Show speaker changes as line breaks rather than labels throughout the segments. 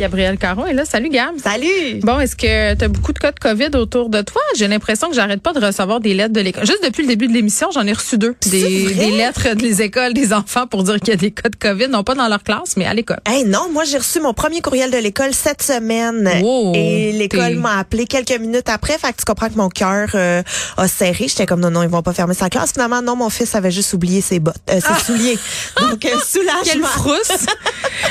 Gabrielle Caron est là. Salut, Gab.
Salut!
Bon, est-ce que tu as beaucoup de cas de COVID autour de toi? J'ai l'impression que j'arrête pas de recevoir des lettres de l'école. Juste depuis le début de l'émission, j'en ai reçu deux. Des, des lettres des écoles des enfants pour dire qu'il y a des cas de COVID, non pas dans leur classe, mais à l'école.
Hey, non, moi j'ai reçu mon premier courriel de l'école cette semaine
Wow,
et
t'es-
l'école m'a appelé quelques minutes après, fait que tu comprends que mon cœur euh, a serré. J'étais comme non non, ils vont pas fermer sa classe. Finalement non, mon fils avait juste oublié ses bottes, euh,
Ah!
ses souliers. Donc euh,
Quelle
soulagement.
frousse!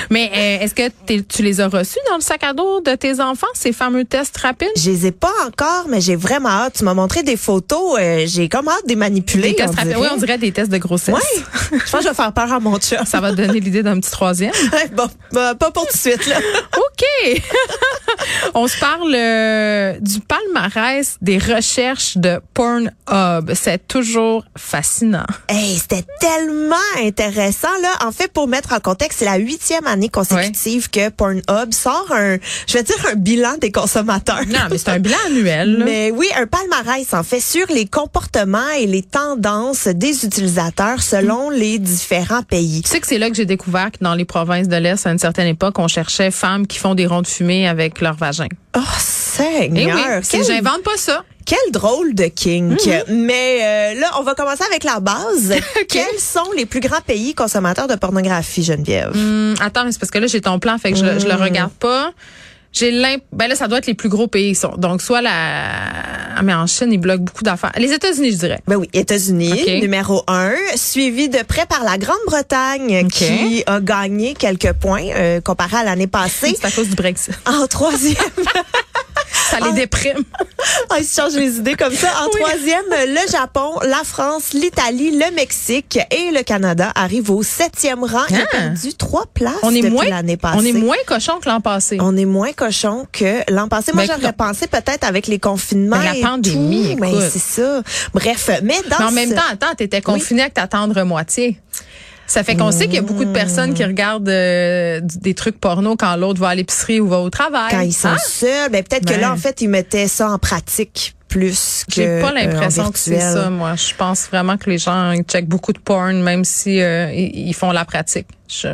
mais euh, est-ce que t'es- tu les as reçus dans le sac à dos de tes enfants, ces fameux tests rapides?
Je les ai pas encore, mais j'ai vraiment hâte. Tu m'as montré des photos, euh, j'ai comme hâte de les manipuler.
Des tests
on
rapides.
dirait.
Oui, on dirait des tests de grossesse.
Ouais. je pense que je vais faire peur à mon chat.
Ça va te donner l'idée d'un petit troisième.
bon, bah, pas pour tout de suite là.
OK. On se parle euh, du palmarès des recherches de Pornhub. C'est toujours fascinant.
Hey, c'était tellement intéressant là. En fait, pour mettre en contexte, c'est la huitième année consécutive que Pornhub sort un, je vais dire un bilan des consommateurs.
Non, mais c'est un bilan annuel. là.
Mais oui, un palmarès en fait sur les comportements et les tendances des utilisateurs selon
Mm.
les différents pays.
Tu sais que c'est là que j'ai découvert que dans les provinces de l'Est, à une certaine époque, on cherchait femmes qui font des ronds de fumée avec leur vagin.
Oh
Eh
Seigneur,
oui, c'est- Mm-hmm.
quel-
j'invente pas ça.
Quel drôle de kink. Mais euh, là, on va commencer avec la base. Quels sont les plus grands pays consommateurs de pornographie, Geneviève?
Hum, attends, mais c'est parce que là, j'ai ton plan, fait que je, le- je le regarde pas. J'ai l'imp... Ben là, ça doit être les plus gros pays. sont- Donc, soit la... Ah, mais en Chine, ils bloquent beaucoup d'affaires. Les États-Unis, je dirais.
Ben oui, États-Unis,
Ok.
numéro un, suivi de près par la Grande-Bretagne
Ok.
qui a gagné quelques points euh, comparé à l'année passée.
C'est à cause du Brexit.
En troisième,
Ça les déprime.
Ah, ils se changent les idées comme ça. En troisième, le Japon, la France, l'Italie, le Mexique et le Canada arrivent au septième rang. Ils ont
Ah.
perdu trois places
on est
depuis
moins
l'année passée.
on est moins cochon que l'an passé.
On est moins cochon que l'an passé. Moi,
Ben, écoute,
j'aurais pensé peut-être avec les confinements
Ben, la
et
pandémie,
tout, mais
écoute.
c'est ça. Bref, mais dans
Mais en même
ce-
temps, attends, t'étais confiné avec ta tendre moitié. Ça fait qu'on sait qu'il y a beaucoup de
Mmh.
personnes qui regardent euh, du- des trucs porno quand l'autre va à l'épicerie ou va au travail.
quand ils sont
Hein?
seuls. Ben, peut-être
Ben.
que là, en fait, ils mettaient ça en pratique plus que
J'ai pas
euh, en
l'impression que c'est
virtuel.
ça, moi. Je pense vraiment que les gens ils checkent beaucoup de porn, même si euh, ils ils font la pratique. Je...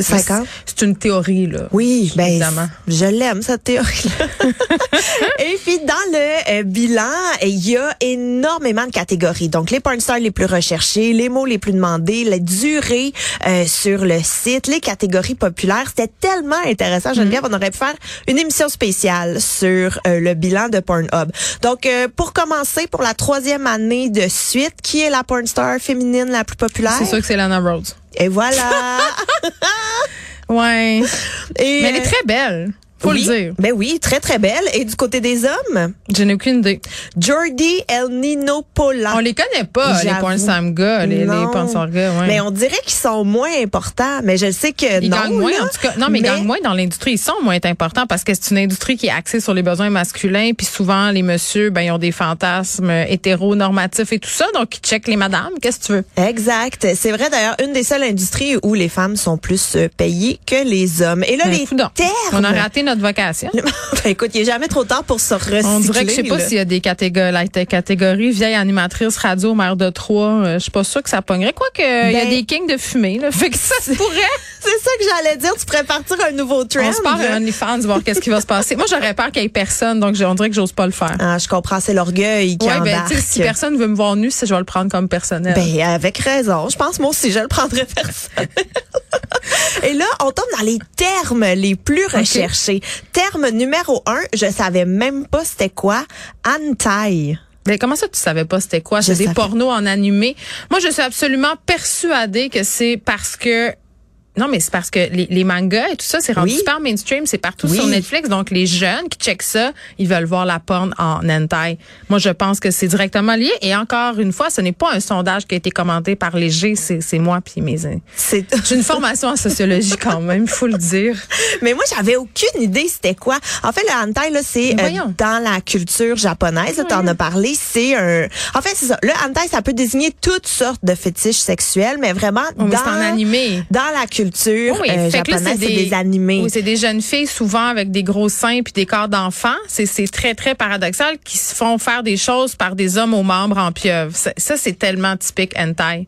Cinquante?
C'est c'est une théorie, là.
Oui, ben,
Évidemment.
je l'aime, cette théorie-là. Et puis, dans le euh, bilan, il y a énormément de catégories. Donc, les pornstars les plus recherchés, les mots les plus demandés, la durée euh, sur le site, les catégories populaires. C'était tellement
Mm-hmm.
intéressant, Geneviève. On aurait pu faire une émission spéciale sur euh, le bilan de Pornhub. Donc, euh, pour commencer, pour la troisième année de suite, qui est la pornstar féminine la plus populaire?
C'est sûr que c'est Lana Rhodes.
Et voilà!
Ouais.
Et, euh,
Mais elle est très belle. Faut
oui,
le dire.
Ben oui, très très belle. Et du côté des hommes,
Je n'ai aucune idée.
Jordi El Nino Pola.
On les connaît pas, les
Ah. J'avoue.
porn sam gars, les, les
Non.
porn star gars, ouais.
Mais on dirait qu'ils sont moins importants. Mais je sais que
Ils
non.
gagnent moins,
là.
en tout cas. Non, mais, ils gagnent moins dans l'industrie. Ils sont moins importants parce que c'est une industrie qui est axée sur les besoins masculins. Puis souvent, les messieurs, ben, ils ont des fantasmes hétéronormatifs et tout ça. Donc, ils checkent les madames. Qu'est-ce que tu veux?
Exact. C'est vrai d'ailleurs une des seules industries où les femmes sont plus euh, payées que les hommes. Et là,
Ben,
Ah, les
coudonc.
termes.
On a raté notre vocation.
Ben, écoute, il est jamais trop tard pour se recycler.
On dirait que je sais pas
là.
s'il y a des catégories, like, catégories vieille animatrice radio, mère de trois. euh, je suis pas sûre que ça pognerait. Quoique, il y a
Ben-
des kings de fumée, là. Fait que ça se pourrait.
C'est ça que j'allais dire. Tu pourrais partir un nouveau trend.
On se parle à OnlyFans, voir qu'est-ce qui va se passer. Moi, j'aurais peur qu'il y ait personne, donc j'ai- on dirait que j'ose pas le faire.
Ah, je comprends, c'est l'orgueil qui
Ouais, ben,
embarque.
tu sais, si personne veut me voir nu, c'est- je vais le prendre comme personnel.
Ben, avec raison. Je pense, moi aussi, je le prendrais personne. Et là, on tombe dans les termes les plus recherchés. Terme numéro un, je savais même pas c'était quoi. Antai.
Mais Ben, comment ça, tu savais pas c'était quoi?
Je
C'est des
savais.
pornos en animé. Moi, je suis absolument persuadée que c'est parce que non, mais c'est parce que les, les mangas et tout ça, c'est rendu
Oui.
super mainstream, c'est partout
Oui.
sur Netflix. Donc, les jeunes qui checkent ça, ils veulent voir la porn en hentai. Moi, je pense que c'est directement lié. Et encore une fois, ce n'est pas un sondage qui a été commenté par Léger, c'est c'est moi puis mes...
C'est...
J'ai une formation en sociologie quand même, faut le dire.
Mais moi, j'avais aucune idée c'était quoi. En fait, le hantai, là, c'est
Mais
euh,
voyons.
dans la culture japonaise. là, T'en as parlé. C'est un. En fait, c'est ça. Le hantai, ça peut désigner toutes sortes de fétiches sexuels, mais vraiment
Oh, mais
dans
c'est en animé. Oh,
Dans la culture
Oui,
euh,
fait que là,
japonaise, c'est des, animés.
Oui, c'est des jeunes filles souvent avec des gros seins puis des corps d'enfants. C'est c'est très très paradoxal qui se font faire des choses par des hommes aux membres en pieuvre. Ça, ça, c'est tellement typique hentai.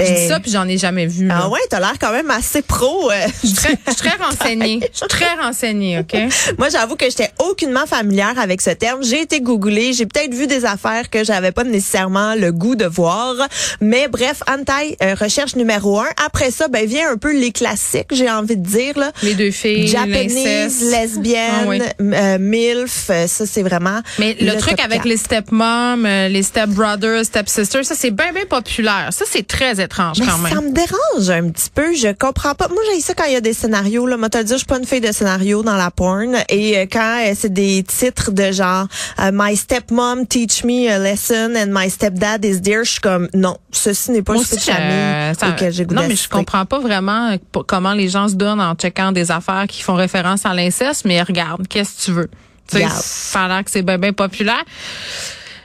Je dis ça, puis j'en ai jamais vu. là.
Ah ouais, t'as l'air quand même assez pro. euh,
Je suis très, je suis très renseignée. Je suis très renseignée, OK?
Moi, j'avoue que j'étais aucunement familière avec ce terme. J'ai été googlée, j'ai peut-être vu des affaires que j'avais pas nécessairement le goût de voir. Mais bref, Antaille, euh, recherche numéro un. Après ça, ben vient un peu les classiques, j'ai envie de dire là.
Les deux filles,
Japanese,
l'inceste.
lesbienne,
Ah oui.
m- euh, milf, euh, ça c'est vraiment.
Mais le, truc
top
avec
quatre.
les stepmoms, euh, les stepbrothers, stepsisters, ça, c'est bien, bien populaire. Ça, c'est très étrange
Mais
quand même.
ça me dérange un petit peu, je comprends pas. Moi, j'ai ça quand il y a des scénarios là, moi te le dire, je suis pas une fille de scénario dans la porn et euh, quand euh, c'est des titres de genre euh, my stepmom teach me a lesson and my stepdad is dear, je suis comme non, ceci n'est pas
Moi
le
aussi,
de famille
euh, ça-
auquel j'ai goût
non, mais je
d'assister.
comprends pas vraiment euh, pour- comment les gens se donnent en checkant des affaires qui font référence à l'inceste, mais regarde, qu'est-ce que tu veux? Tu sais,
Regarde.
ça a l'air que c'est bien, bien populaire.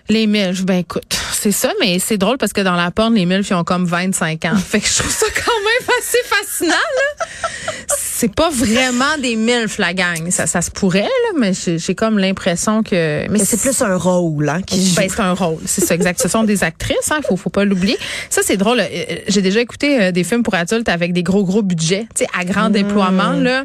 Les MILF, ben écoute, c'est ça, mais c'est drôle parce que dans la porn, les MILF, ils ont comme 25 ans. Fait que je trouve ça quand même assez fascinant, là. C'est pas vraiment des MILF, la gang. Ça, ça se pourrait, là, mais j'ai j'ai comme l'impression que...
Mais c'est plus un rôle hein, qui joue.
Ben, c'est un rôle, c'est ça exact. Ce sont des actrices, hein, faut, faut pas l'oublier. Ça c'est drôle. euh, J'ai déjà écouté euh, des films pour adultes avec des gros gros budgets, tu sais, à grand déploiement là,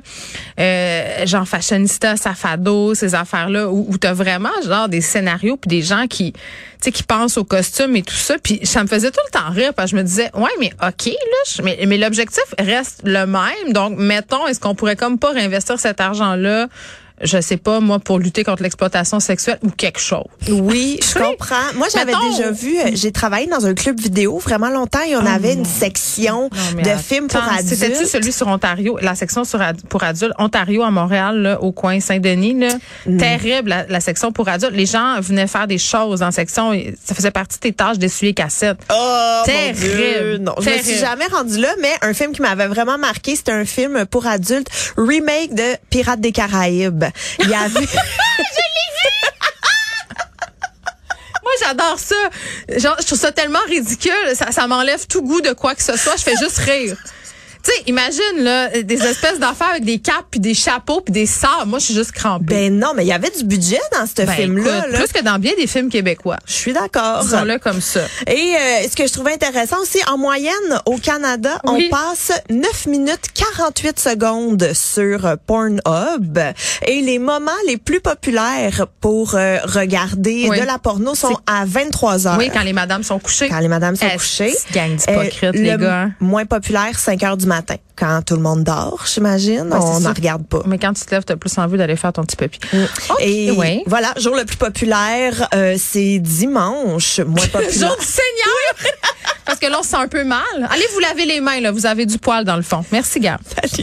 euh, genre fashionista, safado, ces affaires là où, où t'as vraiment genre des scénarios puis des gens qui, tu sais, qui pensent aux costumes et tout ça. Puis ça me faisait tout le temps rire parce que je me disais ouais mais ok là, je- mais, mais l'objectif reste le même. Donc mettons est-ce qu'on pourrait comme pas réinvestir cet argent là? Je sais pas, moi, pour lutter contre l'exploitation sexuelle ou quelque chose.
Oui, je
Oui.
comprends. Moi, j'avais
Mettons- Oh
déjà vu, euh, j'ai travaillé dans un club vidéo vraiment longtemps et on avait une section
Non, mais
de
attends,
films pour adultes.
C'était-tu celui sur Ontario, la section sur ad- pour adultes, Ontario à Montréal, là, au coin Saint-Denis, là.
Mm.
terrible la, la section pour adultes. Les gens venaient faire des choses en section, et ça faisait partie de tes tâches d'essuyer cassette.
Oh,
Terrible.
mon Dieu. Non, je me suis
Terrible.
jamais rendue là, mais un film qui m'avait vraiment marqué, c'était un film pour adultes, remake de Pirates des Caraïbes. Il y avait,
Moi, j'adore ça. Genre, je trouve ça tellement ridicule, ça, ça m'enlève tout goût de quoi que ce soit, je fais juste rire. Tu sais, imagine là des espèces d'affaires avec des capes puis des chapeaux puis des sabres. Moi, je suis juste crampée.
ben non, mais il y avait du budget dans ce
Ben,
film-là.
écoute,
là.
plus que dans bien des films québécois.
Je suis d'accord.
Ils sont là comme ça.
Et euh, ce que je trouvais intéressant aussi, en moyenne, au Canada,
Oui.
on passe 9 minutes 48 secondes sur euh, Pornhub. Et les moments les plus populaires pour euh, regarder
Oui.
de la porno sont à 23 heures.
Oui, quand les madames sont couchées.
Quand les madames sont
Est-ce
couchées.
que Gang
Euh,
d'hypocrites,
le
les gars. hein?
moins populaire, 5 heures du matin. Quand tout le monde dort, j'imagine,
Ouais,
on
c'est
n'en
ça.
regarde pas. Mm.
Mais quand tu te lèves, t'as plus envie d'aller faire ton petit papi.
Et
ouais.
voilà, jour le plus populaire, euh, c'est dimanche, moins populaire.
Jour du Seigneur! Parce que là, on se sent un peu mal. Allez vous laver les mains, là. Vous avez du poil dans le fond. Merci, Gab.